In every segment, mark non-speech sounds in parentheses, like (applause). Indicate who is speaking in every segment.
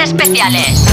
Speaker 1: especiales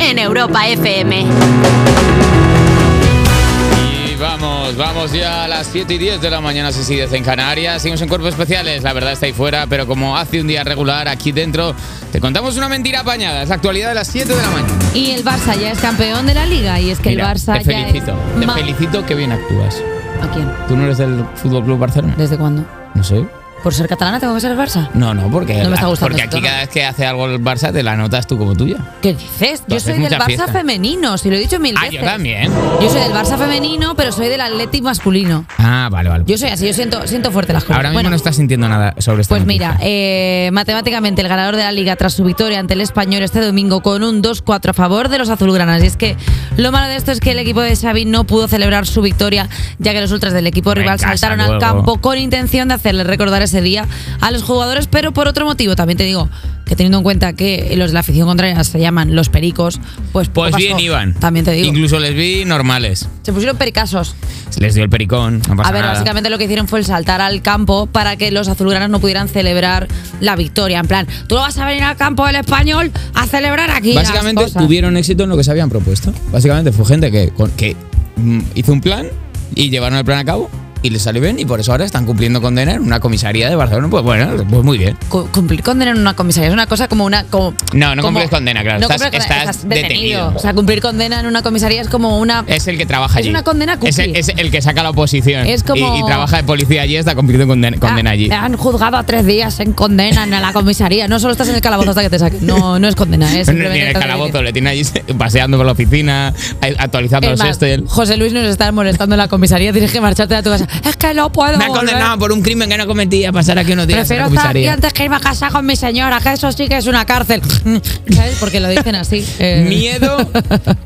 Speaker 1: en Europa FM.
Speaker 2: Y Vamos, vamos ya a las 7 y 10 de la mañana, si sigues en Canarias. Seguimos en Cuerpos Especiales, la verdad está ahí fuera, pero como hace un día regular aquí dentro, te contamos una mentira apañada. Es la actualidad de las 7 de la mañana.
Speaker 3: Y el Barça ya es campeón de la liga y es que
Speaker 2: Mira,
Speaker 3: el Barça
Speaker 2: te felicito,
Speaker 3: ya es
Speaker 2: te
Speaker 3: ma-
Speaker 2: felicito que bien actúas.
Speaker 3: ¿A quién?
Speaker 2: ¿Tú no eres del Fútbol Club Barcelona?
Speaker 3: ¿Desde cuándo?
Speaker 2: No sé.
Speaker 3: ¿Por ser catalana tengo que ser el Barça?
Speaker 2: No, no, porque,
Speaker 3: No me está gustando
Speaker 2: porque
Speaker 3: este
Speaker 2: aquí
Speaker 3: tono.
Speaker 2: cada vez que hace algo el Barça te la anotas tú como tuya.
Speaker 3: ¿Qué dices?
Speaker 2: Tú
Speaker 3: Yo
Speaker 2: haces
Speaker 3: soy del
Speaker 2: mucha
Speaker 3: Barça
Speaker 2: fiesta.
Speaker 3: femenino, si lo he dicho mil
Speaker 2: Ah,
Speaker 3: veces.
Speaker 2: yo también.
Speaker 3: Yo soy del Barça femenino, pero soy del Athletic masculino.
Speaker 2: Ah, vale, vale.
Speaker 3: Yo soy así, yo siento, siento fuerte las cosas.
Speaker 2: Ahora mismo
Speaker 3: Bueno,
Speaker 2: no estás sintiendo nada sobre esto.
Speaker 3: Pues mira, eh, matemáticamente el ganador de la liga tras su victoria ante el español este domingo con un 2-4 a favor de los azulgranas. Y es que lo malo de esto es que el equipo de Xavi no pudo celebrar su victoria, ya que los ultras del equipo
Speaker 2: En
Speaker 3: rival
Speaker 2: casa,
Speaker 3: saltaron al
Speaker 2: luego.
Speaker 3: campo con intención de hacerle recordar ese día a los jugadores, pero por otro motivo. También te digo que teniendo en cuenta que los de la afición contraria se llaman los pericos, pues poco
Speaker 2: Pues
Speaker 3: pasó.
Speaker 2: bien iban.
Speaker 3: También te digo.
Speaker 2: Incluso les vi normales.
Speaker 3: se pusieron pericasos.
Speaker 2: Les dio el pericón, no pasa
Speaker 3: A ver,
Speaker 2: nada.
Speaker 3: básicamente lo que hicieron fue el saltar al campo para que los azulgranas no pudieran celebrar la victoria. En plan, tú no vas a venir al campo del español a celebrar aquí. las
Speaker 2: Básicamente
Speaker 3: cosas.
Speaker 2: tuvieron éxito en lo que se habían propuesto. Básicamente fue gente que, con- que mm, hizo un plan y llevaron el plan a cabo y les salió bien y por eso ahora están cumpliendo condena en una comisaría de Barcelona. Pues bueno, pues muy bien.
Speaker 3: Cu- cumplir condena en una comisaría es una cosa como una. como-
Speaker 2: No, no
Speaker 3: como-
Speaker 2: cumples condena, claro,
Speaker 3: No
Speaker 2: estás-
Speaker 3: cumples condena,
Speaker 2: estás detenido.
Speaker 3: O sea, cumplir condena en una comisaría es como una.
Speaker 2: Es el que trabaja
Speaker 3: Es
Speaker 2: allí.
Speaker 3: una condena a
Speaker 2: es,
Speaker 3: cumplir.
Speaker 2: el, es el que saca la oposición.
Speaker 3: Es como-
Speaker 2: y, y trabaja de policía allí, está cumpliendo condena, condena
Speaker 3: Ah,
Speaker 2: allí.
Speaker 3: te han juzgado a tres días en condena en la comisaría. No solo estás en el calabozo hasta que te saquen. No, no es condena. Es
Speaker 2: (laughs) No, ni en
Speaker 3: simplemente
Speaker 2: el
Speaker 3: estás ahí.
Speaker 2: calabozo, le tiene allí (laughs) paseando por la oficina, a- actualizando
Speaker 3: Es
Speaker 2: los
Speaker 3: más,
Speaker 2: Excel.
Speaker 3: José Luis nos está molestando en la comisaría. Tienes que marcharte a tu casa. Es que no puedo.
Speaker 2: Me han
Speaker 3: volver.
Speaker 2: condenado por un crimen que no cometía, pasar aquí unos días
Speaker 3: Prefiero
Speaker 2: en la
Speaker 3: estar aquí
Speaker 2: comisaría.
Speaker 3: antes que irme a casa con mi señora, que eso sí que es una cárcel. (laughs) ¿Sabes? Porque lo
Speaker 2: (laughs)
Speaker 3: dicen así. eh.
Speaker 2: Miedo,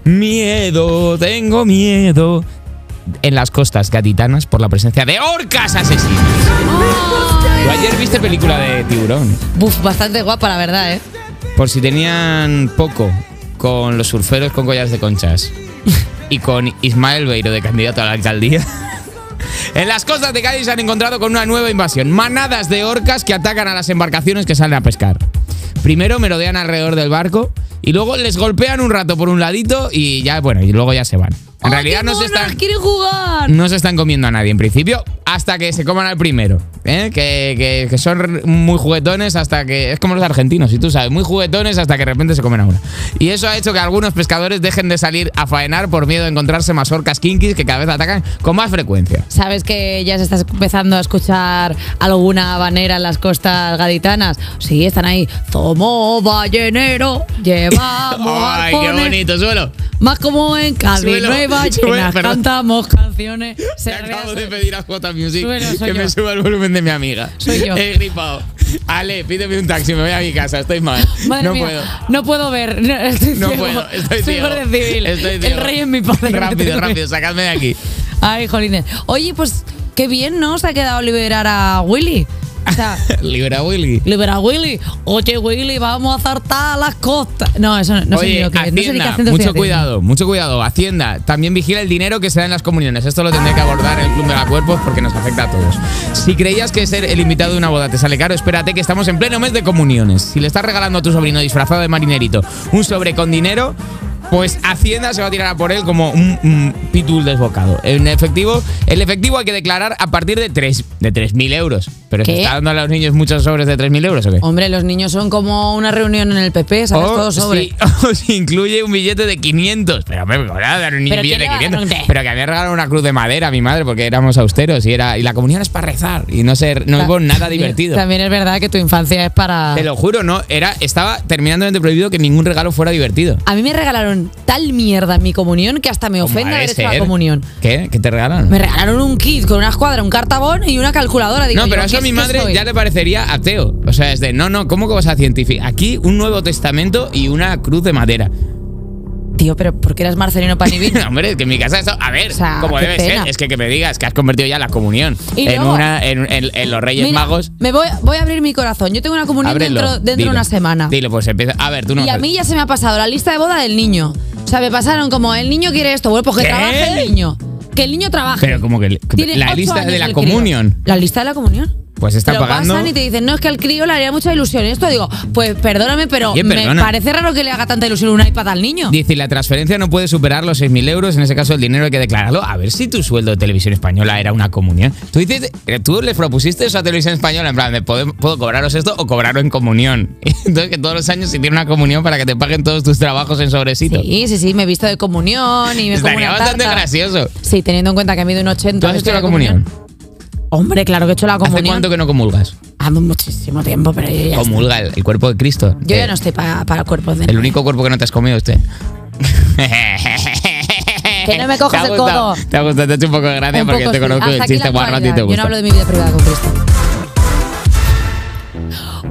Speaker 2: miedo, tengo miedo. En las costas gaditanas por la presencia de orcas asesinas.
Speaker 3: Ay,
Speaker 2: Yo ayer viste película de tiburón.
Speaker 3: buf, bastante guapa, la verdad, ¿eh?
Speaker 2: Por si tenían poco con los surferos con collares de conchas y con Ismael Beiro de candidato a la alcaldía. (laughs) En las costas de Cádiz se han encontrado con una nueva invasión. Manadas de orcas que atacan a las embarcaciones que salen a pescar. Primero merodean alrededor del barco y luego les golpean un rato por un ladito y ya, bueno, y luego ya se van. En
Speaker 3: ¡Ay,
Speaker 2: realidad
Speaker 3: qué
Speaker 2: no se
Speaker 3: monas!
Speaker 2: están
Speaker 3: ¡Quieren jugar!
Speaker 2: no se están comiendo a nadie en principio hasta que se coman al primero. ¿eh? Que, que- que son re- muy juguetones hasta que... Es como los argentinos, si tú sabes, muy juguetones hasta que de repente se comen a una. Y eso ha hecho que algunos pescadores dejen de salir a faenar por miedo de encontrarse más orcas kinkis que cada vez atacan con más frecuencia.
Speaker 3: ¿Sabes que ya se está empezando a escuchar alguna habanera en las costas gaditanas? Sí, están ahí. Somos ballenero, llevamos
Speaker 2: (laughs) ¡Ay, qué
Speaker 3: arpones".
Speaker 2: bonito suelo!
Speaker 3: Más como en Cádiz,
Speaker 2: Suelo,
Speaker 3: no hay ballenas,
Speaker 2: suelo, perdón.
Speaker 3: cantamos
Speaker 2: (laughs)
Speaker 3: canciones.
Speaker 2: Te
Speaker 3: se
Speaker 2: acabo
Speaker 3: rea-
Speaker 2: de pedir a J Music
Speaker 3: eh. Suelo, soy
Speaker 2: que
Speaker 3: yo.
Speaker 2: me suba el volumen de mi amiga.
Speaker 3: Soy yo.
Speaker 2: He gripado. Ale, pídeme un taxi, me voy a mi casa, estoy mal.
Speaker 3: (laughs) Madre
Speaker 2: no
Speaker 3: mía,
Speaker 2: puedo.
Speaker 3: no puedo ver. (laughs) No, estoy
Speaker 2: (laughs) No
Speaker 3: ciego.
Speaker 2: puedo, estoy ciego.
Speaker 3: guardia civil.
Speaker 2: Estoy
Speaker 3: El
Speaker 2: ciego.
Speaker 3: rey es mi padre. (laughs)
Speaker 2: Rápido, rápido, sacadme de aquí.
Speaker 3: Ay, jolines. Oye, pues qué bien, ¿no? Se ha quedado liberar a Willy.
Speaker 2: (laughs)
Speaker 3: O sea,
Speaker 2: Libera Willy.
Speaker 3: liberar a Willy. Oye, Willy, vamos a saltar a las costas. No, eso no, no sé ni
Speaker 2: Oye,
Speaker 3: lo que es. No sé ni qué
Speaker 2: Hacienda,
Speaker 3: acento estoy
Speaker 2: mucho
Speaker 3: haciendo.
Speaker 2: cuidado, mucho cuidado. Hacienda, también vigila el dinero que se da en las comuniones. Esto lo tendré que abordar el Club de la Cuerpos porque nos afecta a todos. Si creías que ser el invitado de una boda te sale caro, espérate que estamos en pleno mes de comuniones. Si le estás regalando a tu sobrino disfrazado de marinerito un sobre con dinero, pues Hacienda se va a tirar a por él como un, un pitul desbocado. En efectivo, el efectivo hay que declarar a partir de 3 de 3.000 euros. Pero se
Speaker 3: ¿Qué?
Speaker 2: está dando a los niños muchos sobres de 3.000 euros o qué?
Speaker 3: Hombre, los niños son como una reunión en el PP, ¿sabes?
Speaker 2: O
Speaker 3: Todo sobre.
Speaker 2: si- (laughs) o si incluye un billete de 500. Pero, hombre, me cobraba dar un
Speaker 3: Pero
Speaker 2: billete
Speaker 3: ¿quién le
Speaker 2: de
Speaker 3: va a dar
Speaker 2: 500.
Speaker 3: un té?
Speaker 2: Pero que había regalado una cruz de madera a mi madre porque éramos austeros y era y la comunión es para rezar y no ser no hubo nada
Speaker 3: También-
Speaker 2: divertido.
Speaker 3: También es verdad que tu infancia es para.
Speaker 2: Te lo juro, no, era estaba terminantemente prohibido que ningún regalo fuera divertido.
Speaker 3: A mí me regalaron tal mierda en mi comunión que hasta me
Speaker 2: Como
Speaker 3: ofende
Speaker 2: ha de
Speaker 3: haber hecho la
Speaker 2: ser.
Speaker 3: comunión.
Speaker 2: ¿Qué? ¿Qué te regalan?
Speaker 3: Me regalaron un kit con una escuadra, un cartabón y una calculadora. Digo,
Speaker 2: no, pero
Speaker 3: yo,
Speaker 2: eso
Speaker 3: ¿qué
Speaker 2: a mi
Speaker 3: es que
Speaker 2: madre
Speaker 3: soy?
Speaker 2: ya le parecería ateo. O sea, es de, no, no, ¿cómo que vas a científico? Aquí un Nuevo Testamento y una cruz de madera.
Speaker 3: Tío, pero ¿por qué eras marcelino Panivino?
Speaker 2: No, hombre, es que en mi casa esto. A ver,
Speaker 3: O sea,
Speaker 2: como
Speaker 3: qué
Speaker 2: debe
Speaker 3: pena.
Speaker 2: ser, es que, que me digas que has convertido ya la comunión
Speaker 3: Y
Speaker 2: en,
Speaker 3: luego-
Speaker 2: una, en, en- en los (laughs) Reyes
Speaker 3: Mira,
Speaker 2: Magos.
Speaker 3: Me voy, voy a abrir mi corazón. Yo tengo una comunión
Speaker 2: Ábrelo,
Speaker 3: dentro, dentro de
Speaker 2: dilo.
Speaker 3: una semana.
Speaker 2: Dilo, pues empieza. A ver, tú no.
Speaker 3: Y a mí ya se me ha pasado la lista de boda del niño. O sea, me pasaron como el niño quiere esto, bueno, pues que
Speaker 2: ¿Qué?
Speaker 3: trabaje el niño. Que el niño trabaje.
Speaker 2: Pero como que- que-
Speaker 3: Tiene
Speaker 2: la
Speaker 3: ocho
Speaker 2: lista de
Speaker 3: años
Speaker 2: la
Speaker 3: el
Speaker 2: comunión.
Speaker 3: crío. La lista de la comunión.
Speaker 2: pues está
Speaker 3: Te lo
Speaker 2: pagando.
Speaker 3: pasan y te dicen, no, es que al crío le haría mucha ilusión esto. Digo, pues perdóname, pero
Speaker 2: Oye,
Speaker 3: me
Speaker 2: perdona.
Speaker 3: parece raro que le haga tanta ilusión un iPad al niño.
Speaker 2: Dice, y la transferencia no puede superar los 6.000 euros, en ese caso el dinero hay que declararlo. A ver si tu sueldo de televisión española era una comunión. Tú dices, eh, tú les propusiste eso a televisión española, en plan, de, ¿puedo, puedo cobraros esto o cobrarlo en comunión? (laughs) Entonces que todos los años se tiene una comunión para que te paguen todos tus trabajos en sobrecito.
Speaker 3: Sí, sí, sí, me he visto de comunión y me como
Speaker 2: Estaría
Speaker 3: una
Speaker 2: bastante
Speaker 3: tarta.
Speaker 2: gracioso.
Speaker 3: Sí, teniendo en cuenta que mido un 80.
Speaker 2: ¿Tú has hecho
Speaker 3: estoy
Speaker 2: la
Speaker 3: de
Speaker 2: comunión?
Speaker 3: Hombre, claro que he hecho la
Speaker 2: ¿Hace
Speaker 3: comunión.
Speaker 2: cuánto que no comulgas?
Speaker 3: Hace muchísimo tiempo, pero yo ya,
Speaker 2: Comulga el, el cuerpo de Cristo.
Speaker 3: yo ya
Speaker 2: Eh,
Speaker 3: no estoy para, para cuerpos de
Speaker 2: El único cuerpo que no te has comido usted.
Speaker 3: Que no me cojas
Speaker 2: Te ha
Speaker 3: el
Speaker 2: gustado,
Speaker 3: codo.
Speaker 2: Te ha gustado, te ha hecho un poco de gracia
Speaker 3: Un
Speaker 2: porque
Speaker 3: poco
Speaker 2: te
Speaker 3: sí.
Speaker 2: conozco
Speaker 3: Hasta
Speaker 2: el
Speaker 3: aquí la
Speaker 2: chiste guarro a ti
Speaker 3: actualidad.
Speaker 2: te gusta.
Speaker 3: Yo no hablo de mi vida privada con Cristo.